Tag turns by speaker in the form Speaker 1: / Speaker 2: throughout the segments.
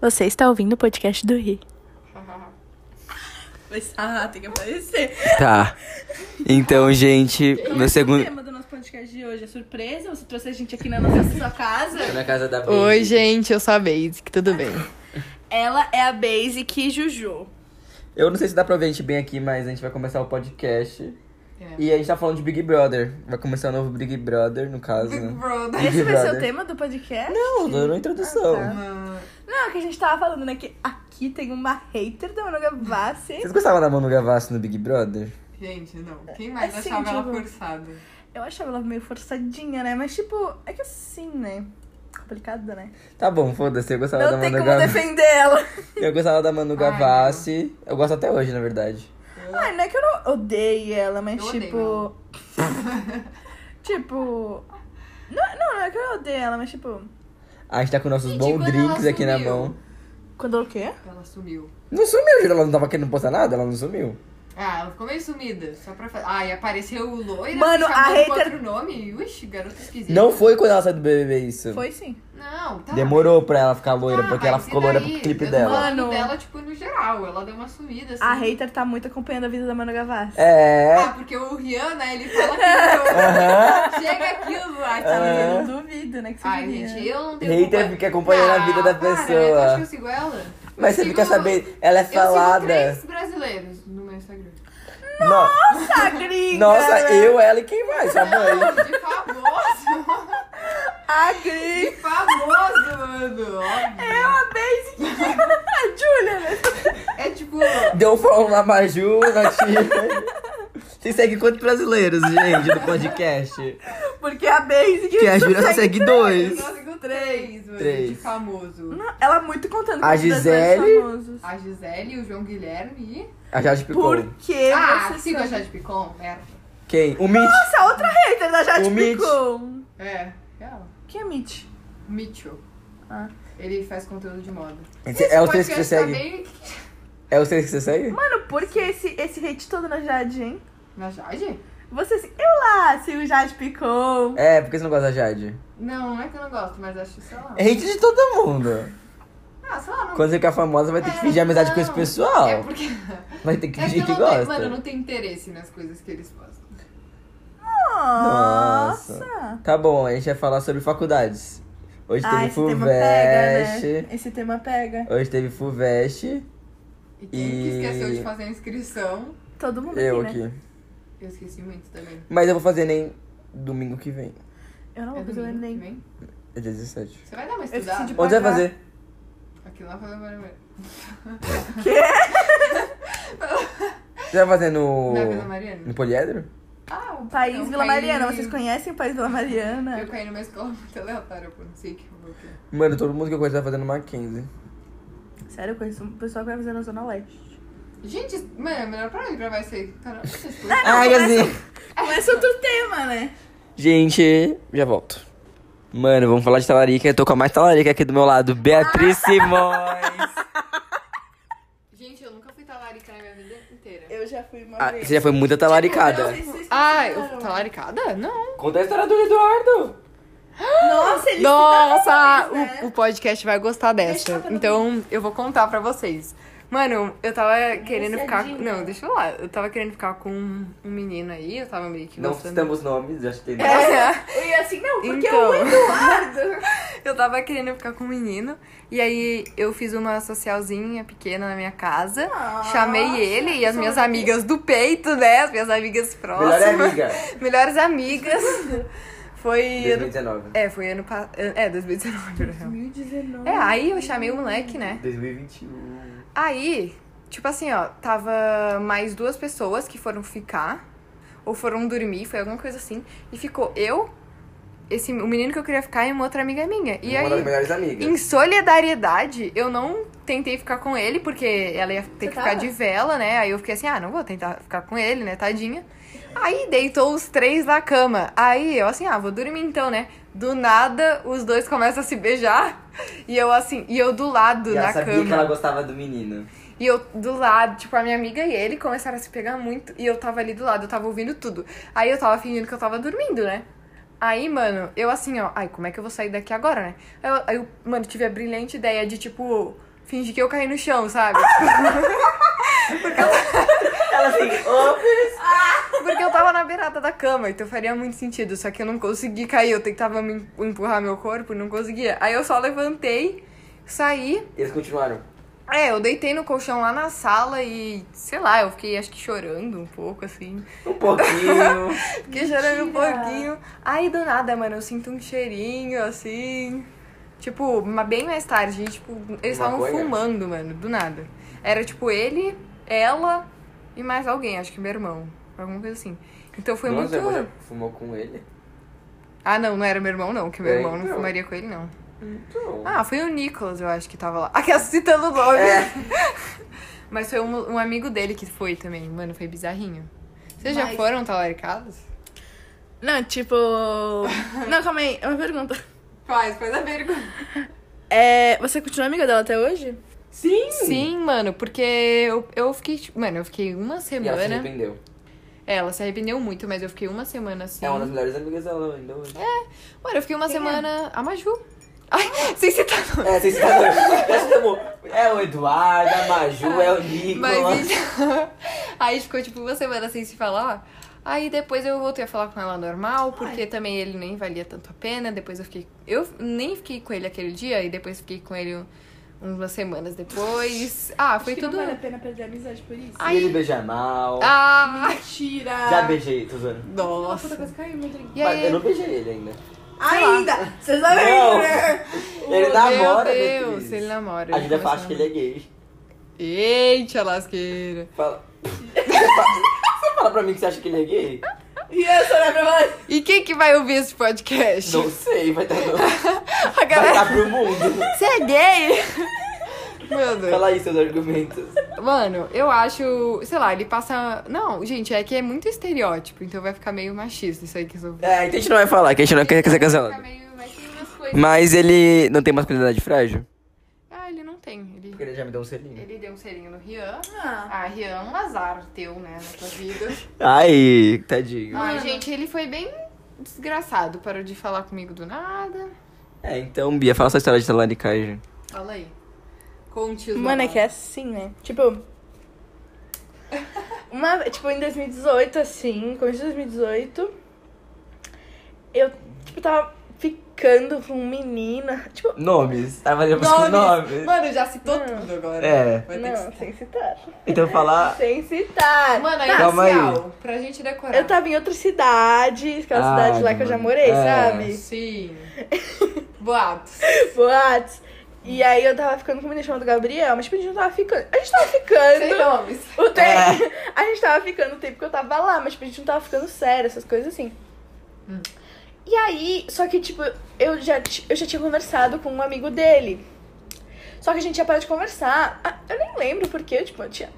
Speaker 1: Você está ouvindo o podcast do Ri.
Speaker 2: Mas, ah, tem que aparecer. é
Speaker 3: Tá. Então, gente, meu
Speaker 2: O
Speaker 3: segundo.
Speaker 2: tema do nosso podcast de hoje é surpresa. Você trouxe a gente aqui na nossa sua casa.
Speaker 3: Na casa da Bia.
Speaker 4: Oi, gente, eu sou a Basic, tudo bem?
Speaker 2: Ela é a Basic Juju.
Speaker 3: Eu não sei se dá pra ver a gente bem aqui, mas a gente vai começar o podcast.
Speaker 5: É.
Speaker 3: E a gente tá falando de Big Brother. Vai começar o novo Big Brother, no caso, né?
Speaker 4: Brother.
Speaker 2: Esse vai ser
Speaker 3: Brother.
Speaker 2: o tema do podcast?
Speaker 3: Não, tô dando uma introdução.
Speaker 5: Ah, tá.
Speaker 2: Não, é que a gente tava falando, né? Que aqui tem uma hater da Manu Gavassi.
Speaker 3: Vocês gostavam da Manu Gavassi no Big Brother?
Speaker 5: Gente, não. Quem mais
Speaker 2: Assim,
Speaker 5: achava ela
Speaker 2: tipo-
Speaker 5: forçada?
Speaker 2: Eu achava ela meio forçadinha, né? Mas, tipo, é que assim, né? Complicado, né?
Speaker 3: Tá bom, foda-se, eu gostava da
Speaker 2: Não tem
Speaker 3: Manu
Speaker 2: como
Speaker 3: Gavassi.
Speaker 2: defender ela.
Speaker 3: Eu gostava da Manu
Speaker 5: Ai,
Speaker 3: Gavassi. eu gosto até hoje, na verdade.
Speaker 2: Ai, não é que eu não odeio ela, mas
Speaker 5: Eu odeio
Speaker 2: tipo. tipo. Não, não, não é que eu odeio ela, mas tipo.
Speaker 3: A gente tá com nossos
Speaker 5: Gente,
Speaker 3: bons
Speaker 5: quando ela
Speaker 3: drinks aqui na
Speaker 5: sumiu?
Speaker 3: mão.
Speaker 2: Quando
Speaker 3: é
Speaker 2: ela o quê?
Speaker 5: Ela sumiu.
Speaker 3: Não sumiu, Júlia. Ela não tava querendo postar nada, ela não sumiu.
Speaker 5: Ah, ela ficou meio sumida. Só pra fazer. Ah, e apareceu o loira.
Speaker 2: Mano,
Speaker 5: se
Speaker 2: a
Speaker 5: chamando com
Speaker 2: hater-
Speaker 5: outro nome. Ui, garota esquisita.
Speaker 3: Não foi quando ela saiu do BBB isso.
Speaker 2: Foi sim.
Speaker 5: Não, tá.
Speaker 3: Demorou pra ela ficar loira,
Speaker 5: Ah,
Speaker 3: porque ela
Speaker 5: mas
Speaker 3: ficou
Speaker 5: e
Speaker 3: loira
Speaker 5: daí?
Speaker 3: pro clipe
Speaker 5: Eu
Speaker 3: dela.
Speaker 5: tô falando
Speaker 2: Mano.
Speaker 5: dela, tipo, no geral. Ela deu uma sumida, assim.
Speaker 2: A hater tá muito acompanhando a vida da Manu Gavassi.
Speaker 3: É.
Speaker 5: Ah, porque o Rihanna, ele fala que. eu- Chega aqui, o Ai, tá
Speaker 3: Aham.
Speaker 2: Eu não duvido, né? Que
Speaker 5: Ai,
Speaker 2: seria.
Speaker 5: gente, eu não tenho.
Speaker 3: Hater
Speaker 5: culpa-
Speaker 3: fica acompanhando a vida da
Speaker 5: Ah, Para, eu
Speaker 3: pessoa.
Speaker 5: acho que eu sigo ela.
Speaker 3: Mas você
Speaker 5: Sigo-
Speaker 3: fica sabendo, ela é
Speaker 5: Eu sigo
Speaker 3: falada.
Speaker 5: três brasileiros no meu Instagram.
Speaker 3: Nossa,
Speaker 2: Nossa, gringa!
Speaker 3: Nossa,
Speaker 5: é
Speaker 2: né?
Speaker 3: eu, ela e quem mais? Sua mãe.
Speaker 5: De famoso.
Speaker 2: A gringa!
Speaker 5: Que famoso, mano. Óbvio.
Speaker 2: Eu, a Basic! a Julia, né?
Speaker 5: É tipo.
Speaker 3: Deu um follow na Maju, na tia. Você segue quantos brasileiros, gente, do podcast?
Speaker 2: Porque a Basic.
Speaker 3: Que a Júlia tá só segue
Speaker 5: Eu
Speaker 3: dois.
Speaker 5: só sigo três, mano.
Speaker 3: Três.
Speaker 5: De famoso.
Speaker 2: Ela é muito contando com
Speaker 3: A
Speaker 2: os brasileiros
Speaker 3: Gisele?
Speaker 2: famosos.
Speaker 5: A Gisele, o João Guilherme e.
Speaker 3: A Jade Picou.
Speaker 2: Por que
Speaker 5: ah,
Speaker 2: você
Speaker 5: sigo
Speaker 2: sabe?
Speaker 5: a Jade Picon, merda.
Speaker 3: Quem? Um O Mitch.
Speaker 2: Nossa, outra hater da Jade
Speaker 3: O Mitch.
Speaker 2: Picon.
Speaker 5: É, ela.
Speaker 2: Quem é Mitch?
Speaker 5: Mitchell.
Speaker 2: Ah.
Speaker 5: Ele faz conteúdo de moda.
Speaker 3: É os três que você
Speaker 5: Podcast tá
Speaker 3: segue?
Speaker 5: bem
Speaker 3: É os três que você segue?
Speaker 2: Mano, por que esse, esse hate todo na Jade, hein?
Speaker 5: Na Jade?
Speaker 2: Você assim, eu lá, se o Jade Picon.
Speaker 3: É, porque você não gosta da Jade?
Speaker 5: Não, não é que eu não gosto, mas acho, sei lá.
Speaker 3: É hate de todo mundo.
Speaker 5: Ah, sei lá, não.
Speaker 3: Quando você ficar famosa, vai ter que
Speaker 5: É,
Speaker 3: fingir amizade com esse
Speaker 5: não.
Speaker 3: pessoal.
Speaker 5: É porque.
Speaker 3: Vai ter que
Speaker 5: É que eu
Speaker 3: fingir que
Speaker 5: não
Speaker 3: gosta.
Speaker 5: tenho, mano, eu não tenho interesse nas coisas que eles postam.
Speaker 2: Nossa.
Speaker 3: Tá bom, a gente vai falar sobre faculdades. Hoje
Speaker 2: Ah,
Speaker 3: teve
Speaker 2: esse tema pega,
Speaker 3: FUVEST.
Speaker 2: né? Esse tema pega.
Speaker 3: Hoje teve FUVEST.
Speaker 5: E quem
Speaker 3: E-
Speaker 5: que esqueceu de fazer a inscrição?
Speaker 2: Todo mundo
Speaker 3: Eu
Speaker 2: aqui, né?
Speaker 3: aqui.
Speaker 5: Eu esqueci muito também.
Speaker 3: Mas eu vou fazer nem domingo que vem.
Speaker 2: Eu não
Speaker 5: é
Speaker 2: vou fazer o
Speaker 5: domingo
Speaker 2: Enem.
Speaker 5: também?
Speaker 3: É dia 17.
Speaker 5: Você vai dar uma
Speaker 2: esqueci
Speaker 5: estudada?
Speaker 2: de-
Speaker 3: Onde você vai
Speaker 2: Pagar.
Speaker 3: fazer?
Speaker 5: Aqui lá foi Maria
Speaker 3: Você vai fazer no.
Speaker 5: Na Vila
Speaker 3: No
Speaker 5: Mariana.
Speaker 3: poliedro?
Speaker 5: Ah, o
Speaker 2: É um País
Speaker 5: não,
Speaker 2: Vila
Speaker 5: caí-
Speaker 2: Mariana, vocês conhecem o País Vila Mariana?
Speaker 5: Eu caí numa escola muito aleatória, pô. Não sei o que eu vou ter.
Speaker 3: Mano, todo mundo que eu conheço vai fazer no Mackenzie.
Speaker 2: Sério, eu conheço um pessoal que vai fazer na Zona Leste.
Speaker 5: Gente, mano, é melhor parar de gravar isso aí. Cara, vocês
Speaker 2: Ah,
Speaker 3: Ai, assim.
Speaker 2: Começa outro tema, né?
Speaker 3: Gente, já volto. Mano, vamos falar de talarica. Eu tô com a mais talarica aqui do meu lado, Beatriz
Speaker 2: Ah.
Speaker 3: Simões.
Speaker 5: Gente, eu nunca fui talarica na minha vida inteira.
Speaker 2: Eu já fui uma
Speaker 3: Ah, você já foi muita talaricada.
Speaker 5: Ah, eu fui talaricada? Não.
Speaker 3: Conta a história do Eduardo.
Speaker 2: Nossa, ele
Speaker 5: Nossa,
Speaker 2: estudaram isso, né?
Speaker 5: o, o podcast vai gostar
Speaker 2: Deixa eu
Speaker 5: dessa.
Speaker 2: falar
Speaker 5: Então, eu vou contar pra vocês. Mano, eu tava é querendo ficar.
Speaker 2: Viciadinha.
Speaker 5: Não, deixa eu lá. Eu tava querendo ficar com um um menino aí, eu tava meio que
Speaker 3: Não tá-
Speaker 5: gostando.
Speaker 2: né?
Speaker 5: É,
Speaker 3: citamos nomes, já tem.
Speaker 2: É, Eu ia assim, não, porque
Speaker 5: Então.
Speaker 2: o Eduardo.
Speaker 5: Eu tava querendo ficar com um menino. E aí eu fiz uma socialzinha pequena na minha casa.
Speaker 2: Nossa,
Speaker 5: chamei ele e as
Speaker 2: só
Speaker 5: minhas
Speaker 2: uma
Speaker 5: amigas do peito, né? As minhas amigas próximas.
Speaker 3: Melhor é- amiga.
Speaker 5: Melhores amigas. Foi. ano-
Speaker 3: 2019.
Speaker 5: É, foi ano passado. É, 2019, na real.
Speaker 2: 2019.
Speaker 5: É, aí eu chamei o moleque, né?
Speaker 3: 2021.
Speaker 5: Aí, tipo assim, ó, tava mais duas pessoas que foram ficar, ou foram dormir, foi alguma coisa assim, e ficou eu, esse, o menino que eu queria ficar e uma outra amiga minha. E
Speaker 3: Uma das
Speaker 5: aí,
Speaker 3: melhores amigas.
Speaker 5: em solidariedade, eu não tentei ficar com ele, porque ela ia ter
Speaker 2: Você
Speaker 5: que ficar
Speaker 2: tava?
Speaker 5: de vela, né? Aí eu fiquei assim, ah, não vou tentar ficar com ele, né, tadinha. Aí deitou os três na cama. Aí eu assim, ah, vou dormir então, né? Do nada, os dois começam a se beijar. E eu assim, e eu do lado
Speaker 3: E
Speaker 5: na
Speaker 3: ela sabia
Speaker 5: cama.
Speaker 3: que ela gostava do menino.
Speaker 5: E eu do lado, tipo, a minha amiga e ele começaram a se pegar muito. E eu tava ali do lado, eu tava ouvindo tudo. Aí eu tava fingindo que eu tava dormindo, né? Aí, mano, eu assim, ó, ai, como é que eu vou sair daqui agora, né? Aí eu, aí eu, mano, tive a brilhante ideia de, tipo, fingi que eu caí no chão, sabe?
Speaker 3: Ela assim, ops!
Speaker 5: Porque eu tava na beirada da cama, então faria muito sentido. Só que eu não consegui cair, eu tentava me em- empurrar meu corpo, não conseguia. Aí eu só levantei, saí.
Speaker 3: Eles continuaram.
Speaker 5: É, eu deitei no colchão lá na sala e, sei lá, eu fiquei acho que chorando um pouco, assim.
Speaker 3: Um pouquinho.
Speaker 5: Fiquei chorando um
Speaker 6: Mentira.
Speaker 5: pouquinho. Aí do nada, mano, eu sinto um cheirinho assim. Tipo, ma- bem mais tarde, e, tipo, eles estavam
Speaker 3: Maconha?
Speaker 5: fumando, mano, do nada. Era tipo ele, ela e mais alguém, acho que meu irmão, alguma coisa assim. Então foi
Speaker 3: Nossa, é
Speaker 5: muito.
Speaker 3: você fumou com ele?
Speaker 5: Ah, não, não era meu irmão, não, que meu
Speaker 3: É,
Speaker 5: irmão não
Speaker 3: então.
Speaker 5: fumaria com ele, não.
Speaker 3: Então.
Speaker 5: Ah, foi o Nicolas, eu acho que tava lá. Aqui citando o nome.
Speaker 3: É.
Speaker 5: Mas foi um, um amigo dele que foi também, mano, foi bizarrinho. Vocês já
Speaker 6: Mas-
Speaker 5: foram talaricados?
Speaker 2: Não, tipo. Não, calma aí, é uma pergunta.
Speaker 5: Faz, faz a pergunta.
Speaker 2: É. Você continua amiga dela até hoje?
Speaker 3: Sim!
Speaker 5: Sim, mano, porque eu, eu fiquei, tipo, mano, eu fiquei
Speaker 3: E
Speaker 5: uma
Speaker 3: ela se
Speaker 5: semana.
Speaker 3: arrependeu.
Speaker 5: É, ela se arrependeu muito, mas eu fiquei uma semana assim.
Speaker 3: É uma das melhores amigas dela ainda hoje.
Speaker 5: É. Mano, eu fiquei uma
Speaker 6: Quem é?
Speaker 5: semana. A Maju. Ai, sem citar nome.
Speaker 3: É, vocês estão Nós estamos. É o Eduardo, a Maju, é o Nicolas.
Speaker 5: Mas então. Aí ficou tipo uma semana sem se falar. Aí depois eu voltei a falar com ela normal, porque também ele nem valia tanto a pena. Depois eu fiquei. Eu nem fiquei com ele aquele dia, e depois fiquei com ele umas semanas depois. Ah, foi
Speaker 6: que não
Speaker 5: tudo.
Speaker 6: vale a pena perder a amizade por
Speaker 2: Ah,
Speaker 6: isso.
Speaker 3: E ele beija mal.
Speaker 5: Ah!
Speaker 6: Mentira!
Speaker 3: Já beijei, tô zoando.
Speaker 6: Puta
Speaker 5: Nossa!
Speaker 6: coisa caiu, meu drink.
Speaker 5: E
Speaker 3: Mas
Speaker 5: aí, Oh,
Speaker 3: eu não beijei ele ainda.
Speaker 6: Ainda! Vocês sabem,
Speaker 3: Não.
Speaker 6: né?
Speaker 3: Ele namora, né,
Speaker 5: Meu Deus,
Speaker 3: Cris?
Speaker 5: ele namora.
Speaker 3: A gente ainda acha que ele é gay.
Speaker 5: Eita, lasqueira.
Speaker 3: Fala. Você fala- você fala pra mim que você acha que ele é gay?
Speaker 6: E essa olha pra nós.
Speaker 5: E quem que vai ouvir esse podcast?
Speaker 3: Não sei, vai estar no...
Speaker 5: A
Speaker 3: vai
Speaker 5: galera...
Speaker 3: tá pro mundo.
Speaker 5: Você é gay? Meu Deus.
Speaker 3: Fala aí seus argumentos.
Speaker 5: Mano, eu acho... Sei lá, ele passa... Não, gente, é que é muito estereótipo. Então vai ficar meio machista isso aí que eu sou...
Speaker 3: É, então a gente não vai falar, que a gente não quer ser
Speaker 5: Vai ficar
Speaker 3: cancelado.
Speaker 5: meio... Vai ter umas coisas...
Speaker 3: Mas ele não tem masculinidade frágil?
Speaker 5: Ah, ele não tem. Ele...
Speaker 3: Porque ele já me deu um selinho.
Speaker 5: Ele deu um selinho no Rian.
Speaker 6: Ah,
Speaker 5: Ah, Rian, um azar teu, né, na tua vida.
Speaker 3: Ai, tadinho.
Speaker 5: Ai,
Speaker 6: Mano.
Speaker 5: gente, ele foi bem desgraçado. Parou de falar comigo do nada.
Speaker 3: É, então, Bia, fala sua história de talaricagem.
Speaker 5: Fala aí. Conte os
Speaker 2: Mano, é que é assim, né? Tipo. Uma, tipo, em 2018, assim, começo de 2018, eu, tipo, tava ficando com um menino. Tipo,
Speaker 3: Nomes. Ah, valeu por nomes.
Speaker 5: Mano, já citou
Speaker 2: Não.
Speaker 5: tudo agora.
Speaker 3: É.
Speaker 5: Vai ter
Speaker 2: não,
Speaker 5: que...
Speaker 2: sem citar.
Speaker 3: Então falar.
Speaker 2: Sem citar.
Speaker 5: Mano, aí
Speaker 2: Tá,
Speaker 3: Calma aí.
Speaker 5: inicial, pra gente decorar.
Speaker 2: eu tava em outra cidade, aquela
Speaker 3: Ah,
Speaker 2: cidade lá que eu já
Speaker 3: mano.
Speaker 2: morei,
Speaker 3: É.
Speaker 2: sabe?
Speaker 5: Sim. Boatos.
Speaker 2: boates. E aí eu tava ficando com um menino chamado Gabriel, mas tipo, a gente não tava ficando. A gente tava
Speaker 5: Sem
Speaker 2: ficando.
Speaker 5: nomes.
Speaker 2: O tempo. A gente tava ficando o tempo que eu tava lá, mas tipo, a gente não tava ficando sério, essas coisas assim. E aí, só que tipo, eu já, ti- eu já tinha conversado com um amigo dele. Só que a gente ia parar de conversar. Ah, eu nem lembro porque, tipo, eu tinha.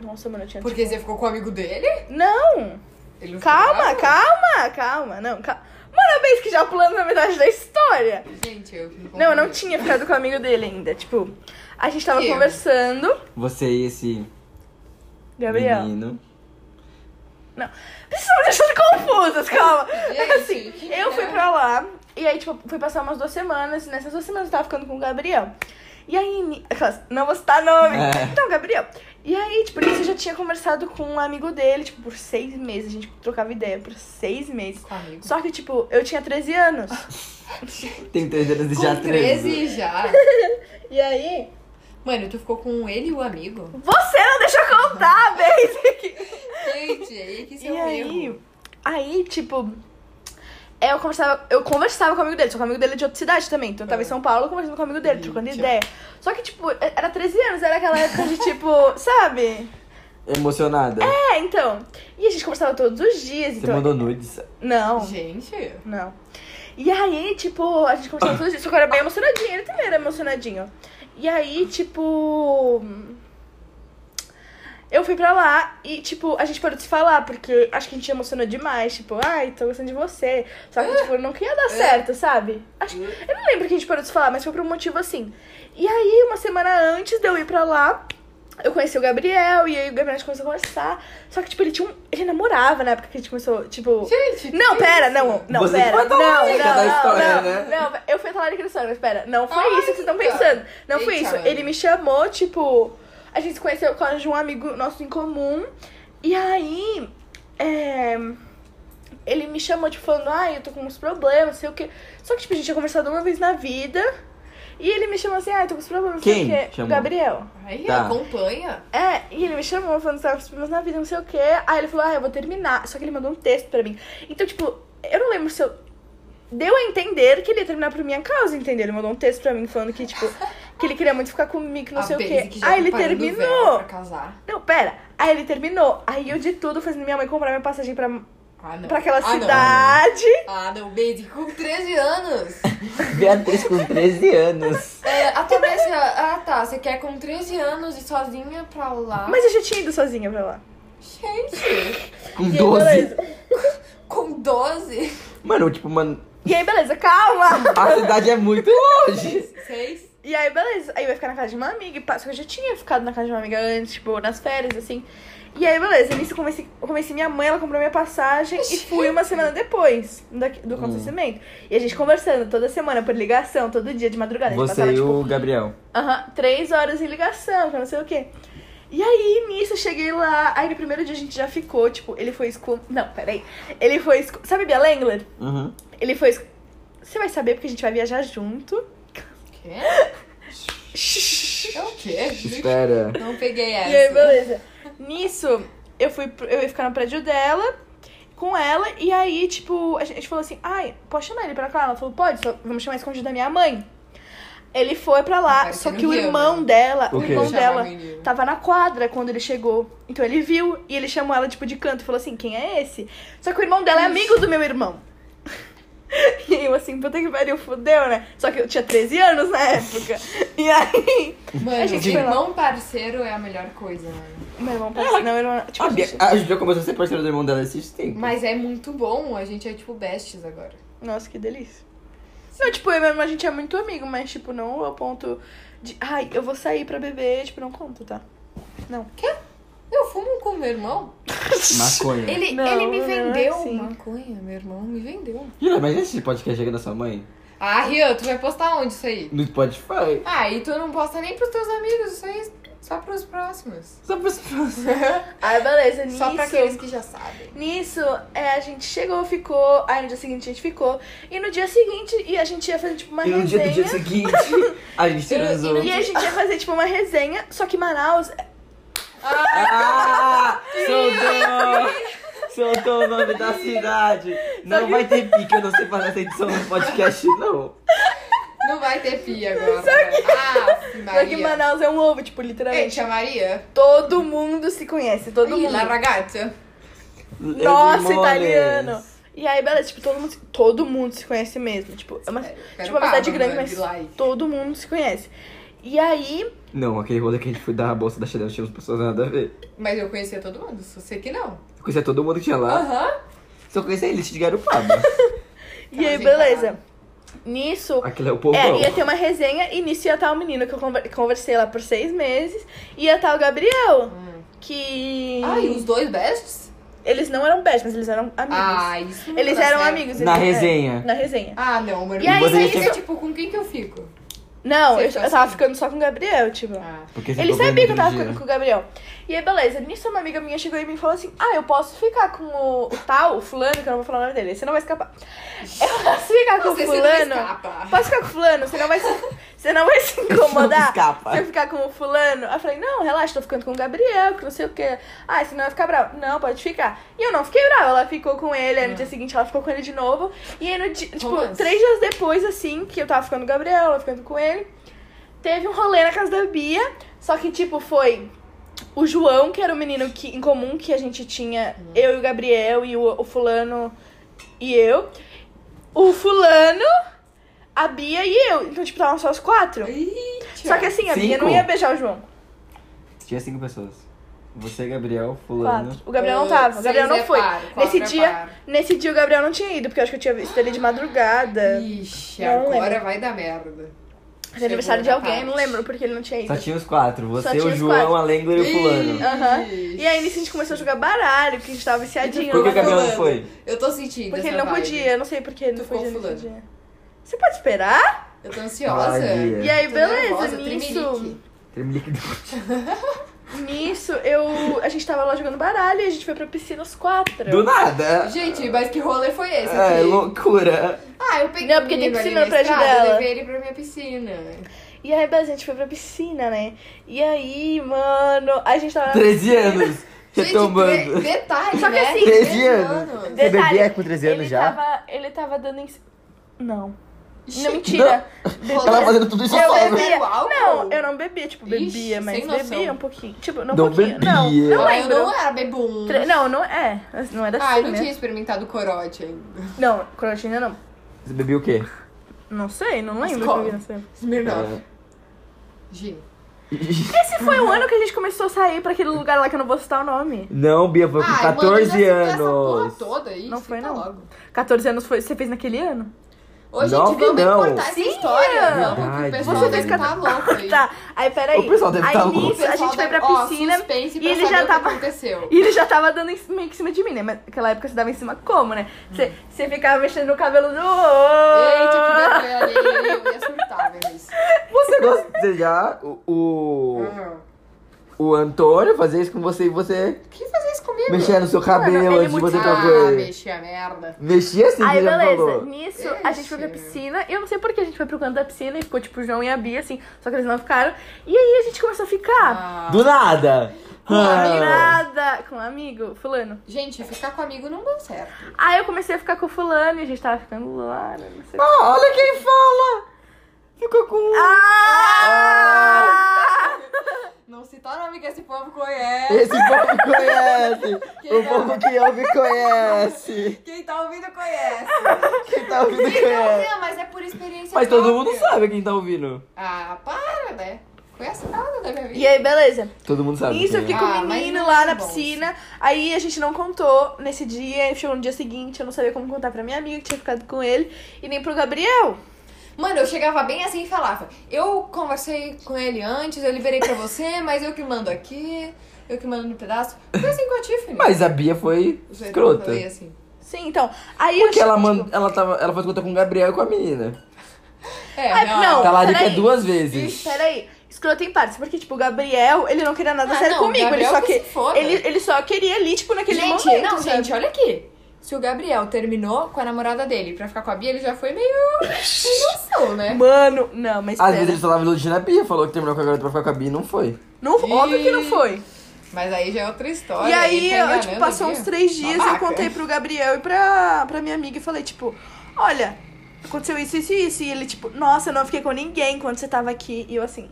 Speaker 2: Nossa, mano, eu tinha.
Speaker 5: Porque você ficou com o amigo dele?
Speaker 2: Não!
Speaker 5: Ele não
Speaker 2: Calma,
Speaker 5: ficou bravo?
Speaker 2: calma, calma. Não, calma. Mano, eu penso que já pulando na metade da história.
Speaker 5: Gente, eu fico
Speaker 2: Não, eu não
Speaker 5: confusa.
Speaker 2: tinha ficado com o amigo dele ainda. Tipo, a gente tava
Speaker 5: Que erro.
Speaker 2: conversando.
Speaker 3: Você e esse
Speaker 2: Gabriel.
Speaker 3: menino.
Speaker 2: Vocês estão me deixando confusas, calma. É que
Speaker 5: Gente,
Speaker 2: assim,
Speaker 5: que é?
Speaker 2: eu fui
Speaker 5: merda.
Speaker 2: pra lá. E aí, tipo, fui passar umas duas semanas. E nessas duas semanas eu tava ficando com o Gabriel. E aí, ni- aquelas, não vou citar nome.
Speaker 3: É.
Speaker 2: Então, Gabriel. E aí, tipo, nisso eu já tinha conversado com um amigo dele, tipo, por seis meses. A gente trocava ideia por seis meses.
Speaker 5: Com amigo.
Speaker 2: Só que, tipo, eu tinha 13 anos.
Speaker 3: Tem 13 anos e
Speaker 5: Com
Speaker 3: já né? 13.
Speaker 5: 13 já.
Speaker 2: E aí,
Speaker 5: Mano, tu ficou com ele e o amigo?
Speaker 2: você não deixa eu contar, Basic!
Speaker 5: Gente, aí que isso
Speaker 2: E
Speaker 5: é um
Speaker 2: aí,
Speaker 5: erro.
Speaker 2: aí, tipo, é, eu conversava, eu conversava com o amigo dele, só que o amigo dele é de outra cidade também. Então eu tava em São Paulo conversando com o amigo dele, trocando ideia. Só que, tipo, é- era 13 anos, era aquela época de tipo, sabe?
Speaker 3: Emocionada.
Speaker 2: É, então. E a gente conversava todos os dias,
Speaker 3: Você
Speaker 2: então.
Speaker 3: mandou nudes.
Speaker 2: Não,
Speaker 5: Gente,
Speaker 2: não. E aí, tipo, a gente conversava todos os dias, só que eu era bem emocionadinha, ele também era emocionadinho. E aí, tipo. Eu fui pra lá e, tipo, a gente parou de se falar, porque acho que a gente emocionou demais. Tipo, ai, tô gostando de você. Só que, tipo, não queria dar certo, sabe? Acho- eu não lembro que a gente parou de se falar, mas foi por um motivo assim. E aí, uma semana antes de eu ir pra lá, eu conheci o Gabriel e aí o Gabriel a gente começou a conversar. Só que, tipo, ele tinha um. Ele namorava na época que a gente começou, tipo.
Speaker 5: Gente,
Speaker 2: Não, pera, não, não,
Speaker 3: Você que
Speaker 2: pera.
Speaker 3: foi a
Speaker 2: Não, não, não,
Speaker 3: talarica da história,
Speaker 2: não,
Speaker 3: né?
Speaker 2: não, eu fui a talarica da história, mas pera, não foi
Speaker 5: Ai,
Speaker 2: isso que vocês estão
Speaker 5: cara.
Speaker 2: pensando. Não foi
Speaker 5: Eita,
Speaker 2: isso.
Speaker 5: velho.
Speaker 2: Ele me chamou, tipo, a gente se conheceu com de um amigo nosso em comum. E aí, é, ele me chamou, tipo, falando, ai, eu tô com uns problemas, sei o quê. Só que, tipo, a gente tinha conversado uma vez na vida. E ele me chamou assim, ai, tô com uns problemas, sei
Speaker 3: Quem
Speaker 2: o quê.
Speaker 3: chamou?
Speaker 2: Gabriel.
Speaker 5: Aí,
Speaker 3: Tá.
Speaker 5: acompanha.
Speaker 2: É, e ele me chamou falando que tava com os problemas na vida, não sei o quê. Aí ele falou, ah, eu vou terminar. Só que ele mandou um texto pra mim. Então, tipo, eu não lembro se eu. Deu a entender que ele ia terminar por minha causa, entendeu? Ele mandou um texto pra mim falando que, tipo, que ele queria muito ficar comigo, que não
Speaker 5: a
Speaker 2: sei o
Speaker 5: Basic
Speaker 2: quê.
Speaker 5: já
Speaker 2: Aí ele
Speaker 5: preparando o véu
Speaker 2: terminou.
Speaker 5: Pra casar.
Speaker 2: Não, pera. Aí ele terminou. Aí eu de tudo fazendo minha mãe comprar minha passagem pra,
Speaker 5: Ah, não.
Speaker 2: pra aquela
Speaker 5: ah, não.
Speaker 2: cidade.
Speaker 5: Ah, não, Basic com 13 anos.
Speaker 3: Beatriz com 13 anos.
Speaker 5: É, a Tanessia, ah tá, você quer com 13 anos e sozinha pra lá.
Speaker 2: Mas eu já tinha ido sozinha pra lá.
Speaker 5: Gente,
Speaker 3: Com
Speaker 2: E aí, beleza.
Speaker 3: 12.
Speaker 5: com 12.
Speaker 3: Mano, tipo, mano,
Speaker 2: E aí, beleza, calma!
Speaker 3: a cidade é muito longe.
Speaker 5: 6.
Speaker 2: E aí, beleza. Aí vai ficar na casa de uma amiga. e pá. Só que eu já tinha ficado na casa de uma amiga antes, tipo, nas férias, assim. E aí, beleza. Nisso eu comecei, eu convenci minha mãe, ela comprou minha passagem e fui uma semana depois daqui-
Speaker 3: Hum.
Speaker 2: do acontecimento. E a gente conversando toda semana por ligação, todo dia de madrugada. A gente
Speaker 3: Você e
Speaker 2: tipo,
Speaker 3: o Gabriel.
Speaker 2: Aham, três horas em ligação, que eu não sei o quê. E aí, nisso, eu cheguei lá. Aí no primeiro dia a gente já ficou, tipo, ele foi esco. Não, peraí. Ele foi esco. Sabe Bia Langler?
Speaker 3: Uhum.
Speaker 2: Ele foi esco... Você vai saber porque a gente vai viajar junto.
Speaker 5: Quê? É o quê?
Speaker 3: Espera.
Speaker 5: Não peguei
Speaker 2: E aí,
Speaker 5: essa.
Speaker 2: beleza. Nisso, eu fui pro- eu ia ficar no prédio dela com ela e aí, tipo, a gente falou assim: "Ai, posso chamar ele pra cá?" Ela falou: "Pode, só vamos chamar escondido da minha mãe". Ele foi pra lá,
Speaker 5: Vai
Speaker 2: só
Speaker 5: ser
Speaker 2: que
Speaker 5: no
Speaker 2: o
Speaker 5: Rio,
Speaker 2: irmão
Speaker 5: né?
Speaker 2: dela,
Speaker 3: O
Speaker 2: o
Speaker 3: quê?
Speaker 2: irmão
Speaker 5: Chamar
Speaker 2: dela Tá.
Speaker 5: o menino.
Speaker 2: tava na quadra quando ele chegou. Então ele viu e ele chamou ela tipo de canto e falou assim: "Quem é esse?". Só que o irmão dela é amigo do meu irmão. E aí eu assim, puta que pariu, fudeu, né? Só que eu tinha 13 anos na época. E aí.
Speaker 5: Mano,
Speaker 2: A gente foi lá.
Speaker 5: irmão parceiro é a melhor coisa, mano.
Speaker 2: Meu irmão, parece, não, meu irmão. Tipo,
Speaker 3: A Bia, a Bia começou a ser parceira do irmão dela esses tempos.
Speaker 5: Mas é muito bom, a gente é tipo bestes agora.
Speaker 2: Nossa, que delícia. Não, tipo, eu e meu irmão, a gente é muito amigo, mas, tipo, não ao ponto de. Ai, eu vou sair pra beber, tipo, não conto, tá?
Speaker 5: Eu fumo com meu irmão.
Speaker 3: Maconha.
Speaker 5: Ele,
Speaker 2: Não,
Speaker 5: ele me
Speaker 2: não é
Speaker 5: vendeu
Speaker 2: assim.
Speaker 5: maconha, meu irmão me vendeu.
Speaker 3: Jura, mas esse podcast chega da sua mãe?
Speaker 5: Ah, Rian, tu vai postar onde isso aí?
Speaker 3: No Spotify?
Speaker 5: Ah, e tu não posta nem pros teus amigos, isso aí é só pros próximos.
Speaker 3: Só pros próximos.
Speaker 2: Aí, Ah, beleza, nisso.
Speaker 5: Só pra aqueles que já sabem.
Speaker 2: Nisso, é, a gente chegou, ficou. Aí no dia seguinte a gente ficou. E no dia seguinte, e a gente ia fazer, tipo, uma
Speaker 3: E no dia
Speaker 2: resenha.
Speaker 3: do dia seguinte, a gente transou.
Speaker 2: E a gente ia fazer, tipo, uma resenha. Só que Manaus.
Speaker 3: Ah! Soltou! Soltou o nome da cidade! Não vai ter pique, eu não sei fazer essa edição no podcast, não.
Speaker 5: Não vai ter pia agora. Ah,
Speaker 2: Só que
Speaker 5: Maria.
Speaker 2: Manaus é um ovo, tipo, literalmente.
Speaker 5: Gente, a
Speaker 2: É.
Speaker 5: Maria.
Speaker 2: Todo mundo se conhece, todo
Speaker 5: Ih,
Speaker 2: mundo.
Speaker 5: la ragazza.
Speaker 2: Nossa,
Speaker 3: Edmones.
Speaker 2: italiano! E aí, beleza, tipo, todo mundo, se- todo mundo se conhece mesmo. Tipo, é uma,
Speaker 5: Quero
Speaker 2: tipo, uma cidade
Speaker 5: palma,
Speaker 2: grande,
Speaker 5: mano,
Speaker 2: mas
Speaker 5: de like.
Speaker 2: todo mundo se conhece. E aí,
Speaker 3: Não, aquele rolê que a gente foi dar a bolsa da Chanel tinha umas pessoas nada a ver.
Speaker 5: Mas eu conhecia todo mundo, só sei que não.
Speaker 3: Eu conhecia todo mundo que tinha lá,
Speaker 5: Aham.
Speaker 3: só conhecia eles de Garopaba.
Speaker 2: e aí
Speaker 5: gente,
Speaker 2: beleza. Nisso,
Speaker 3: Aquele é o povão.
Speaker 2: é, ia ter uma resenha e nisso ia estar o menino que eu conver- conversei lá por seis meses. E ia estar o Gabriel, que...
Speaker 5: Hum. Ah, e os dois bests?
Speaker 2: Eles não eram best, mas eles eram amigos.
Speaker 5: Ah, isso não
Speaker 2: eles
Speaker 5: dá
Speaker 2: eram
Speaker 5: certo.
Speaker 2: amigos.
Speaker 3: Na
Speaker 2: eles- é,
Speaker 3: resenha.
Speaker 2: na resenha.
Speaker 5: Ah, não, mano.
Speaker 2: E aí,
Speaker 5: Você
Speaker 3: aí-
Speaker 5: fica, tipo, com quem que eu fico?
Speaker 2: Não,
Speaker 5: Você
Speaker 2: eu,
Speaker 5: ficou
Speaker 2: eu tava
Speaker 5: assim?
Speaker 2: ficando só com o Gabriel, tipo...
Speaker 5: Ah.
Speaker 3: Porque
Speaker 2: Ele
Speaker 3: ficou
Speaker 2: sabia que eu
Speaker 3: bem
Speaker 2: tava
Speaker 3: no
Speaker 2: ficando com
Speaker 3: dia.
Speaker 2: o Gabriel. E aí, beleza, nisso uma amiga minha chegou e me falou assim: Ah, eu posso ficar com o, o tal, o fulano, que eu não vou falar o nome dele, você não vai escapar. Eu posso ficar com o
Speaker 5: Você, você não
Speaker 2: fulano?
Speaker 5: escapa.
Speaker 2: Posso ficar com o fulano? Você não vai se, você não vai se incomodar
Speaker 3: escapa.
Speaker 2: se eu ficar com o fulano? Aí eu falei, não, relaxa, tô ficando com o Gabriel, que não sei o quê. Ah, senão vai ficar bravo. Não, pode ficar. E eu não fiquei brava, ela ficou com ele, aí no dia seguinte ela ficou com ele de novo. E aí, no dia, tipo,
Speaker 5: Romance.
Speaker 2: três dias depois, assim, que eu tava ficando com o Gabriel, ela ficando com ele, teve um rolê na casa da Bia, só que, tipo, foi... O João, que era o menino que, em comum que a gente tinha, eu e o Gabriel e o- o fulano e eu, o fulano, a Bia e eu. Então, tipo, estavam só os quatro.
Speaker 5: Eita.
Speaker 2: Só que assim, a Bia
Speaker 3: Cinco.
Speaker 2: não ia beijar o João.
Speaker 3: Tinha cinco pessoas. Você, Gabriel, fulano.
Speaker 2: Quatro. O Gabriel não
Speaker 5: Ah,
Speaker 2: tava, o Gabriel
Speaker 5: seis
Speaker 2: não
Speaker 5: é
Speaker 2: foi.
Speaker 5: par, quatro
Speaker 2: nesse,
Speaker 5: é
Speaker 2: dia,
Speaker 5: par.
Speaker 2: nesse dia o Gabriel não tinha ido, porque eu acho que eu tinha visto ele de madrugada.
Speaker 5: Ixi,
Speaker 2: Não
Speaker 5: agora
Speaker 2: lembro.
Speaker 5: vai dar merda.
Speaker 2: Era aniversário de
Speaker 5: na
Speaker 2: alguém,
Speaker 5: parte.
Speaker 2: não lembro, porque ele não tinha ido.
Speaker 3: Só tinha os quatro. Você,
Speaker 2: tinha
Speaker 3: o
Speaker 2: os
Speaker 3: João,
Speaker 2: quatro.
Speaker 3: a Lengua e o fulano.
Speaker 2: Aham. E aí nisso a gente começou a jogar baralho, porque a gente tava viciadinho.
Speaker 3: Por que o
Speaker 2: né?
Speaker 3: Gabriel não foi?
Speaker 5: Eu tô sentindo.
Speaker 2: Porque
Speaker 5: essa
Speaker 2: ele não
Speaker 5: vibe.
Speaker 2: podia, eu não sei porque ele
Speaker 5: Tu
Speaker 2: não
Speaker 5: ficou
Speaker 2: podia nesse
Speaker 5: fulano.
Speaker 2: dia. Você pode esperar?
Speaker 5: Eu tô ansiosa.
Speaker 3: Vai,
Speaker 2: E aí,
Speaker 5: Tô
Speaker 2: beleza,
Speaker 5: nervosa,
Speaker 2: nisso,
Speaker 5: tremelique.
Speaker 3: Tremelique do-
Speaker 2: nisso, eu. A gente tava lá jogando baralho e a gente foi pra piscina os quatro.
Speaker 3: Do nada.
Speaker 5: Gente, mas que rolê foi esse?
Speaker 3: É,
Speaker 5: aqui?
Speaker 3: loucura.
Speaker 5: Ah, eu peguei
Speaker 2: Não, porque tem
Speaker 5: o menino ali
Speaker 2: piscina
Speaker 5: na
Speaker 2: no prédio
Speaker 5: estrada,
Speaker 2: dela.
Speaker 5: Eu levei ele pra minha piscina.
Speaker 2: E aí, beleza, a gente foi pra piscina, né? E aí, mano, a gente tava.
Speaker 3: 13 anos.
Speaker 5: Gente,
Speaker 3: Retomando.
Speaker 5: de- detalhe,
Speaker 2: Só que
Speaker 5: né?
Speaker 2: assim,
Speaker 3: 13
Speaker 5: Três
Speaker 3: tá anos.
Speaker 2: Detalhe,
Speaker 3: Você bebia com 13 anos
Speaker 2: ele
Speaker 3: já?
Speaker 2: Tava, ele tava dando em. Não.
Speaker 5: Gente,
Speaker 2: Não, mentira.
Speaker 3: Ela fazendo tudo isso
Speaker 2: Eu
Speaker 3: só.
Speaker 2: bebia.
Speaker 5: Primeiro álcool?
Speaker 2: Não, eu não bebia, tipo,
Speaker 5: Ixi,
Speaker 2: bebia, mas
Speaker 5: sem noção.
Speaker 2: bebia um pouquinho. Tipo, não um
Speaker 3: Não
Speaker 2: pouquinho. Não,
Speaker 3: bebia.
Speaker 2: não
Speaker 5: Ah, eu
Speaker 2: lembro.
Speaker 5: não era bebum.
Speaker 2: Tre- Não, não é. Não era
Speaker 5: Ah,
Speaker 2: assim
Speaker 5: eu não
Speaker 2: né?
Speaker 5: tinha experimentado corote ainda.
Speaker 2: Não, crotina não.
Speaker 3: Você bebia o quê?
Speaker 2: Não sei, não lembro.
Speaker 5: Escola.
Speaker 2: que eu vi nessa época.
Speaker 5: Smirnoff.
Speaker 3: É.
Speaker 5: Gente.
Speaker 2: Esse foi o ano que a gente começou a sair pra aquele lugar lá que eu não vou citar o nome.
Speaker 3: Não, Bia, foi com
Speaker 5: Ah,
Speaker 3: 14
Speaker 5: mano, já citou
Speaker 3: anos.
Speaker 5: Essa porra toda aí,
Speaker 2: Não foi,
Speaker 5: cita
Speaker 2: não.
Speaker 5: Logo.
Speaker 2: 14 anos foi. Você fez naquele ano?
Speaker 5: Ô, gente,
Speaker 3: Não,
Speaker 5: vamos
Speaker 3: não.
Speaker 5: cortar essa
Speaker 2: Sim,
Speaker 5: história.
Speaker 2: Ana.
Speaker 5: Vamos, que o
Speaker 3: Verdade.
Speaker 5: pessoal
Speaker 3: Você
Speaker 5: deve
Speaker 3: fez
Speaker 5: tá louco aí.
Speaker 2: Tá, aí peraí.
Speaker 3: O pessoal deve
Speaker 2: aí
Speaker 3: tá louco.
Speaker 5: O
Speaker 2: nisso, a
Speaker 5: pessoal
Speaker 2: gente foi
Speaker 5: deve-
Speaker 2: pra
Speaker 5: ó,
Speaker 2: piscina
Speaker 5: suspense
Speaker 2: e
Speaker 5: pra
Speaker 2: ele já
Speaker 5: saber o que
Speaker 2: tava.
Speaker 5: aconteceu.
Speaker 2: E ele já tava dando em- meio que em cima de mim, né? Mas naquela época você dava em cima como, né? Você,
Speaker 3: Hum.
Speaker 2: você ficava mexendo no cabelo do outro.
Speaker 5: Eita, que vergonha alheia, eu ia surtar vendo isso.
Speaker 3: Você gosta. Você já. O, o, o Antônio fazia isso com você e você
Speaker 5: Quem fazia isso comigo?
Speaker 3: mexia no seu cabelo
Speaker 2: ele
Speaker 3: antes de você
Speaker 2: muito-
Speaker 3: tocar com
Speaker 5: ah,
Speaker 3: ele.
Speaker 5: mexi a merda.
Speaker 3: Mexia assim,
Speaker 2: Aí
Speaker 3: você já
Speaker 2: beleza,
Speaker 3: falou.
Speaker 2: nisso a gente foi pra
Speaker 5: Ixi.
Speaker 2: piscina. E eu não sei por que a gente foi pro canto da piscina e ficou tipo o João e a Bia, assim. Só que eles não ficaram. E aí a gente começou a ficar.
Speaker 5: Ah.
Speaker 3: Do nada!
Speaker 2: Com
Speaker 3: Ah.
Speaker 2: nada, com um amigo, fulano.
Speaker 5: Gente, ficar com amigo não deu certo.
Speaker 2: Aí eu comecei a ficar com o fulano e a gente tava ficando lá, né, não sei o que.
Speaker 3: Ah, olha quem fala! Ficou com. um.
Speaker 2: Ah!
Speaker 5: Não citar nome que esse povo conhece.
Speaker 3: Esse povo conhece!
Speaker 5: Quem
Speaker 3: o
Speaker 5: não?
Speaker 3: povo que ouve conhece!
Speaker 5: Quem tá ouvindo conhece.
Speaker 3: Quem tá ouvindo conhece!
Speaker 5: Não, mas é por experiência
Speaker 3: Mas todo
Speaker 5: própria.
Speaker 3: mundo sabe quem tá ouvindo.
Speaker 5: Ah, para, né? Conhece nada da minha vida.
Speaker 2: E aí, beleza.
Speaker 3: Todo mundo sabe.
Speaker 2: Nisso eu
Speaker 3: quem é.
Speaker 2: fiquei com
Speaker 5: Ah,
Speaker 2: o
Speaker 5: mas
Speaker 2: menino
Speaker 5: não
Speaker 2: lá
Speaker 5: é
Speaker 2: na
Speaker 5: bom.
Speaker 2: piscina. Aí a gente não contou nesse dia. e Chegou no dia seguinte, eu não sabia como contar pra minha amiga que tinha ficado com ele. E nem pro Gabriel.
Speaker 5: Mano, eu chegava bem assim e falava. Eu conversei com ele antes, eu liberei pra você, mas eu que mando aqui, eu que mando no pedaço. Foi assim com a Tiffany.
Speaker 3: Mas a Bia foi
Speaker 5: Você
Speaker 3: escrota.
Speaker 5: falei assim.
Speaker 2: Sim, então. Aí eu
Speaker 3: Porque ela,
Speaker 2: tipo,
Speaker 3: manda, ela, tava, ela foi contar com o Gabriel e com a menina.
Speaker 5: É,
Speaker 2: Ah, não.
Speaker 3: Talarica é
Speaker 2: peraí.
Speaker 3: duas vezes.
Speaker 2: Peraí, escroto em partes, porque, tipo, o Gabriel, ele não queria nada
Speaker 5: Ah,
Speaker 2: sério
Speaker 5: não,
Speaker 2: comigo. Ele
Speaker 5: Gabriel
Speaker 2: só,
Speaker 5: que
Speaker 2: que,
Speaker 5: se foda.
Speaker 2: ele, ele só queria ali, tipo, naquele
Speaker 5: gente,
Speaker 2: momento.
Speaker 5: não,
Speaker 2: sabe?
Speaker 5: gente, olha aqui. Se o Gabriel terminou com a namorada dele pra ficar com a Bia, ele já foi meio sem noção, né?
Speaker 2: Mano, não, mas
Speaker 3: Às
Speaker 2: pera.
Speaker 3: vezes ele só tava iludindo a Bia, falou que terminou com a garota pra ficar com a Bia e não foi.
Speaker 2: Não, óbvio que não foi.
Speaker 5: Mas aí já é outra história.
Speaker 2: e aí,
Speaker 5: tá
Speaker 2: eu,
Speaker 5: enganando
Speaker 2: tipo, passou
Speaker 5: o
Speaker 2: uns
Speaker 5: Bia.
Speaker 2: três dias eu
Speaker 5: Babaca.
Speaker 2: contei pro Gabriel e pra, pra minha amiga e falei, tipo, olha, aconteceu isso, isso e isso. E ele, tipo, nossa, eu não fiquei com ninguém quando você tava aqui. E eu assim.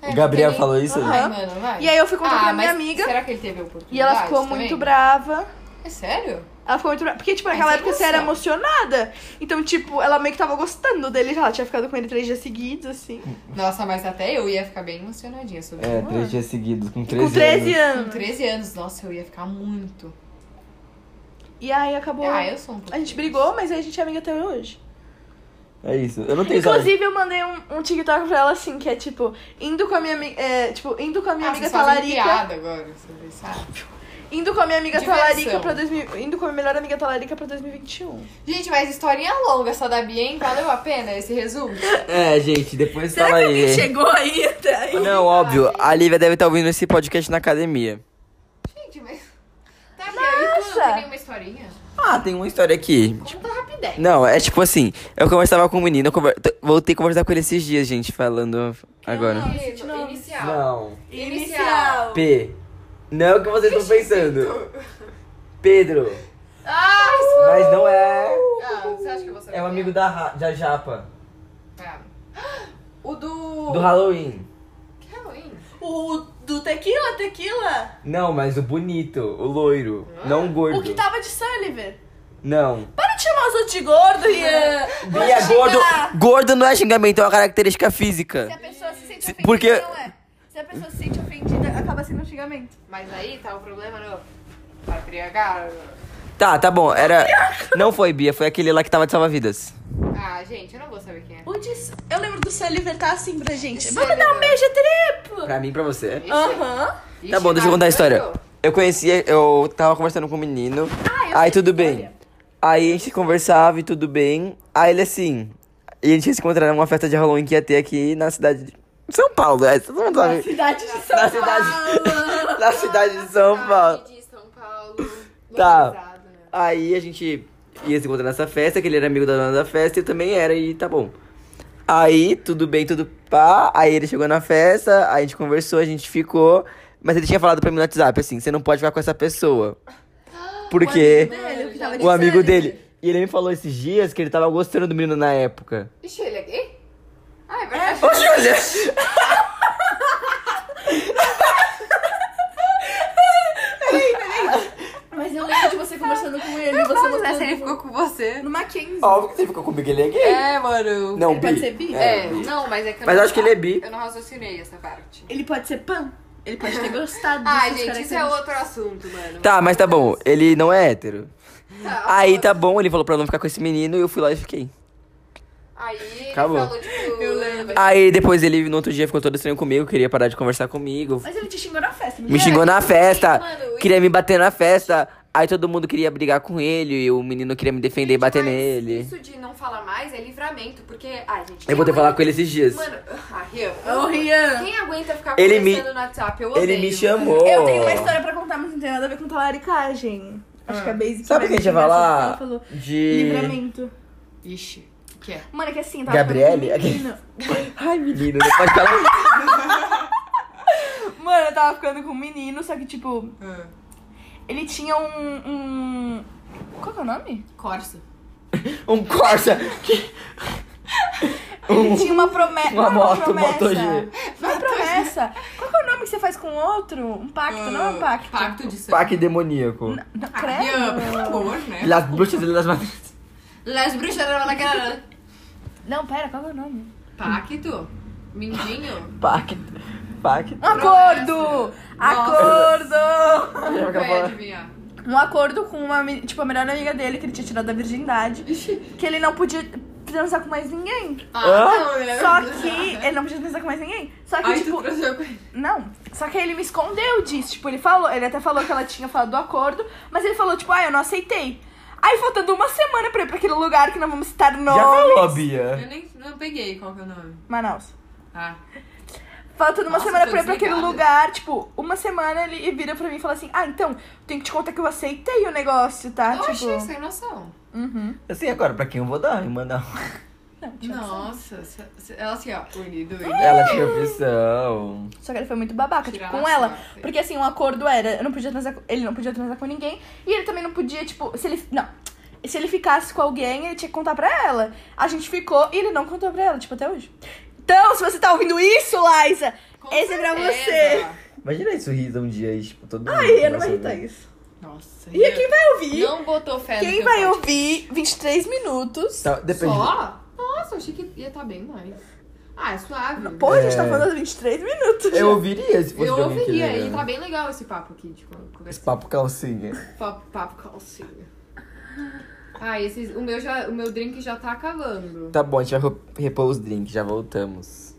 Speaker 5: É,
Speaker 3: o Gabriel
Speaker 5: porque
Speaker 3: falou
Speaker 5: ele-
Speaker 3: isso?
Speaker 5: Ai,
Speaker 2: Aham.
Speaker 5: mano, vai.
Speaker 2: E aí eu fui contar
Speaker 5: ah,
Speaker 2: pra
Speaker 5: mas
Speaker 2: minha amiga.
Speaker 5: Será que ele teve oportunidade?
Speaker 2: E ela ficou
Speaker 5: também?
Speaker 2: muito brava.
Speaker 5: É sério?
Speaker 2: Ela ficou muito brava. Porque, tipo,
Speaker 5: Ai,
Speaker 2: naquela
Speaker 5: sem
Speaker 2: época você era
Speaker 5: noção.
Speaker 2: emocionada. Então, tipo, ela meio que tava gostando dele já. Ela tinha ficado com ele três dias seguidos, assim.
Speaker 5: Nossa, mas até eu ia ficar bem emocionadinha sobre
Speaker 3: É,
Speaker 5: isso.
Speaker 3: três dias seguidos, com 13
Speaker 2: Com 13
Speaker 3: anos.
Speaker 5: Ah. Com
Speaker 2: anos.
Speaker 5: 13 anos, nossa, eu ia ficar muito.
Speaker 2: E aí acabou.
Speaker 5: Ah, eu sou um pouco.
Speaker 2: A gente brigou, mas aí a gente é amiga até hoje.
Speaker 3: É isso. Eu não tenho saudade.
Speaker 2: Inclusive, eu mandei um, um TikTok pra ela assim, que é tipo, indo com a minha amiga. É, tipo, indo com a minha
Speaker 5: ah,
Speaker 2: amiga
Speaker 5: vocês fazem
Speaker 2: talarica.
Speaker 5: piada agora, sobre isso, sabe?
Speaker 2: Indo com a minha amiga
Speaker 5: Diversão.
Speaker 2: talarica pra 2000, Indo com a minha melhor amiga talarica pra 2021.
Speaker 5: Gente, mas historinha longa essa da Bia, hein? Valeu a pena esse resumo?
Speaker 3: É, gente, depois fala aí.
Speaker 2: chegou aí até aí?
Speaker 3: Não, óbvio, a Lívia deve estar ouvindo esse podcast na academia.
Speaker 5: Gente, mas. Tá, Bia, e tu
Speaker 2: Nossa!
Speaker 5: não tem uma historinha?
Speaker 3: Ah, tem uma história aqui.
Speaker 5: Conta rapidez.
Speaker 3: Não, é tipo assim, eu conversava com um menino, eu conver- t- voltei a conversar com ele esses dias, gente, falando agora.
Speaker 5: Isso,
Speaker 2: não.
Speaker 5: Inicial.
Speaker 3: Não.
Speaker 5: Inicial.
Speaker 3: P. Não é o que vocês estão pensando. Pedro.
Speaker 5: Ah,
Speaker 3: Mas não é.
Speaker 5: ah, você acha que você
Speaker 3: É um amigo da, Ra- da Japa.
Speaker 5: Ah. O do.
Speaker 2: Uh.
Speaker 3: Do Halloween.
Speaker 5: Que Halloween?
Speaker 2: O do tequila, tequila?
Speaker 3: Não, mas o bonito, o loiro. Não o gordo.
Speaker 2: O que tá- tava de Sullivan.
Speaker 3: Não.
Speaker 2: Para de chamar os outros de gordo, Ian.
Speaker 3: Bia, é gordo. Gordo não é xingamento, é uma característica física.
Speaker 2: Se a pessoa se sente
Speaker 3: Se-
Speaker 2: ofendida,
Speaker 3: porque-
Speaker 2: não é. Se a pessoa se sente ofendida, acaba sendo um xingamento.
Speaker 5: Mas aí tá o problema no. Patriarcado.
Speaker 3: Tá, tá bom. Era. Não foi Bia, foi aquele lá que tava de salva-vidas.
Speaker 5: Ah, gente, eu não vou saber quem é.
Speaker 7: O de... Eu lembro do Sullivan tá assim pra gente.
Speaker 5: Sullivan.
Speaker 7: Vamos dar um beijo triplo!
Speaker 3: Pra mim, pra você.
Speaker 7: Aham.
Speaker 3: Tá bom, deixa eu contar a história. Eu conhecia, eu tava conversando com um menino. aí tudo bem. Aí a gente conversava e tudo bem. Aí ele assim. E a gente ia se encontrar numa festa de Halloween que ia ter aqui na cidade de São Paulo. É, todo mundo sabe.
Speaker 7: Cidade de São
Speaker 3: Na cidade. na cidade de São Paulo.
Speaker 5: De São Paulo.
Speaker 3: Tá.
Speaker 5: localizado, né?
Speaker 3: Aí a gente ia se encontrar nessa festa, que ele era amigo da dona da festa e eu também era, e tá bom. Aí, tudo bem, tudo pá. Aí ele chegou na festa, aí a gente conversou, a gente ficou. Mas ele tinha falado pra mim no WhatsApp, assim, você não pode ficar com essa pessoa.
Speaker 2: É.
Speaker 3: Porque
Speaker 7: Velho, que tava de
Speaker 3: o amigo
Speaker 7: Sullivan.
Speaker 3: dele. E ele me falou esses dias que ele tava gostando do menino na época.
Speaker 5: Ixi, ele é gay? Ah, é verdade.
Speaker 3: Oxe, olha!
Speaker 7: Mas eu lembro de você conversando com ele. Você
Speaker 5: Vamos
Speaker 7: mostrando
Speaker 5: ver se ele ficou com você.
Speaker 7: No Mackenzie.
Speaker 3: Óbvio que você ficou comigo, ele é gay.
Speaker 5: É, mano.
Speaker 3: Não,
Speaker 7: Ele pode ser bi?
Speaker 5: É, não, mas é que eu
Speaker 3: Mas
Speaker 5: não-
Speaker 3: acho que ele é bi.
Speaker 5: Eu não raciocinei essa parte.
Speaker 7: Ele pode ser pan. Ele pode ter gostado
Speaker 5: Ah,
Speaker 7: dessas
Speaker 5: gente, isso é outro assunto, mano.
Speaker 3: Tá, mas tá bom, ele não é hétero.
Speaker 5: Tá,
Speaker 3: Aí tá bom, ele falou pra eu não ficar com esse menino e eu fui lá e fiquei.
Speaker 5: Aí ele
Speaker 3: Acabou.
Speaker 5: falou, tipo... Eu lembro.
Speaker 3: Aí depois ele no outro dia ficou todo estranho comigo, queria parar de conversar comigo.
Speaker 7: Mas ele te xingou na festa.
Speaker 3: Me xingou na festa,
Speaker 5: mano, e-
Speaker 3: queria me bater na festa. Aí todo mundo queria brigar com ele e o menino queria me defender e bater nele.
Speaker 5: Isso de não falar mais é livramento, porque... Ai, gente...
Speaker 2: é
Speaker 3: Eu vou ter que falar com ele esses dias.
Speaker 5: Mano, ah, Rian.
Speaker 7: Ô, Rian.
Speaker 5: Quem aguenta ficar
Speaker 3: Ele me-
Speaker 5: conversando no WhatsApp? Eu
Speaker 3: Ele
Speaker 5: odeio,
Speaker 3: me
Speaker 5: mano.
Speaker 3: chamou.
Speaker 2: Eu tenho uma história pra contar, mas não tem nada a ver com talaricagem. Acho
Speaker 7: é
Speaker 2: que a Basic
Speaker 3: Sabe o que a gente ia falar?
Speaker 2: Falou.
Speaker 3: De.
Speaker 2: Livramento.
Speaker 5: Ixi, o que é?
Speaker 2: Mano, é que assim, eu tava
Speaker 3: Gabriele?
Speaker 2: ficando com um menino.
Speaker 3: Ai, menino, não pode falar.
Speaker 2: Mano, eu tava ficando com um menino, só que tipo,
Speaker 5: Ah.
Speaker 2: ele tinha um. um... Qual que é o nome?
Speaker 5: Corsa.
Speaker 3: Um Corsa. que-
Speaker 2: Ele tinha uma promessa.
Speaker 3: Uma moto, Moto G.
Speaker 2: Não é promessa. Qual que é o nome que você faz com o outro? Um pacto, não é um pacto.
Speaker 5: Ah, Pacto de sangue.
Speaker 3: Paque demoníaco.
Speaker 2: Não,
Speaker 5: Ah, Rian, por
Speaker 2: credo.
Speaker 5: favor, né?
Speaker 3: Las bruxas e las madres.
Speaker 5: Las bruxas da la cara.
Speaker 2: Não, pera, qual que é o nome?
Speaker 5: Pacto? Mindinho?
Speaker 3: Paque. Paque.
Speaker 2: Um acordo! Acordo!
Speaker 5: Vai adivinhar.
Speaker 2: Um acordo com uma, meni- tipo, a melhor amiga dele, que ele tinha tirado da virgindade, que ele não podia transar com mais ninguém.
Speaker 5: Ah,
Speaker 3: Hã?
Speaker 5: não, né?
Speaker 2: Só que ele não podia transar com mais ninguém. Só que,
Speaker 5: Ai,
Speaker 2: tipo,
Speaker 5: tu trouxe a coisa.
Speaker 2: Não. Só que aí ele me escondeu disso. Tipo, ele falou, ele até falou que ela tinha falado do acordo, mas ele falou, tipo, ah, eu não aceitei. Aí faltando uma semana pra ir pra aquele lugar que não vamos citar
Speaker 3: Já
Speaker 2: nome.
Speaker 3: falou, Bia.
Speaker 5: Eu nem não peguei qual que é o nome.
Speaker 2: Manaus.
Speaker 5: Ah.
Speaker 2: Faltando uma
Speaker 5: Nossa,
Speaker 2: semana
Speaker 5: tô
Speaker 2: pra ir pra aquele
Speaker 5: desligada.
Speaker 2: lugar, tipo, uma semana ele vira pra mim e fala assim, ah, então, tenho que te contar que eu aceitei o negócio, tá?
Speaker 5: Eu achei
Speaker 2: tipo.
Speaker 5: sem noção.
Speaker 2: Uhum.
Speaker 3: Assim, agora, pra quem eu vou dar? um Em Manaus.
Speaker 5: Nossa, se- se- ela assim, ó, unido.
Speaker 3: Ela tinha opção.
Speaker 2: Só que ele foi muito babaca,
Speaker 5: Tirar
Speaker 2: tipo,
Speaker 5: na
Speaker 2: com ela.
Speaker 5: sorte.
Speaker 2: Porque assim, o acordo era, eu não podia transar, com- ele não podia transar com ninguém. E ele também não podia, tipo, se ele. Não. Se ele ficasse com alguém, ele tinha que contar pra ela. A gente ficou e ele não contou pra ela, tipo, até hoje. Então, se você tá ouvindo isso, Liza,
Speaker 5: Com
Speaker 2: esse é pra você.
Speaker 5: certeza.
Speaker 3: Imagina isso risa um dia aí, tipo, todo mundo.
Speaker 2: Ai, eu não vou
Speaker 3: vai
Speaker 2: editar isso.
Speaker 5: Nossa.
Speaker 2: E quem vai ouvir?
Speaker 5: Não é botou fé no
Speaker 2: quem
Speaker 5: teu
Speaker 2: vai
Speaker 5: podcast.
Speaker 2: ouvir 23 minutos?
Speaker 3: Tá, depende.
Speaker 5: Só? Nossa, eu achei que ia estar bem mais. Ah, é suave.
Speaker 2: Pô, a gente tá
Speaker 3: É.
Speaker 2: falando 23 minutos.
Speaker 3: Eu ouviria se fosse
Speaker 5: Eu
Speaker 3: de alguém que
Speaker 5: ouviria,
Speaker 3: lembra.
Speaker 5: e tá bem legal esse papo aqui, tipo,
Speaker 3: Esse
Speaker 5: conversa-
Speaker 3: papo calcinha.
Speaker 5: papo, papo calcinha. Ah, esses, o, meu já, o meu drink já tá acabando.
Speaker 3: Tá bom, a gente vai repor os drinks, já voltamos.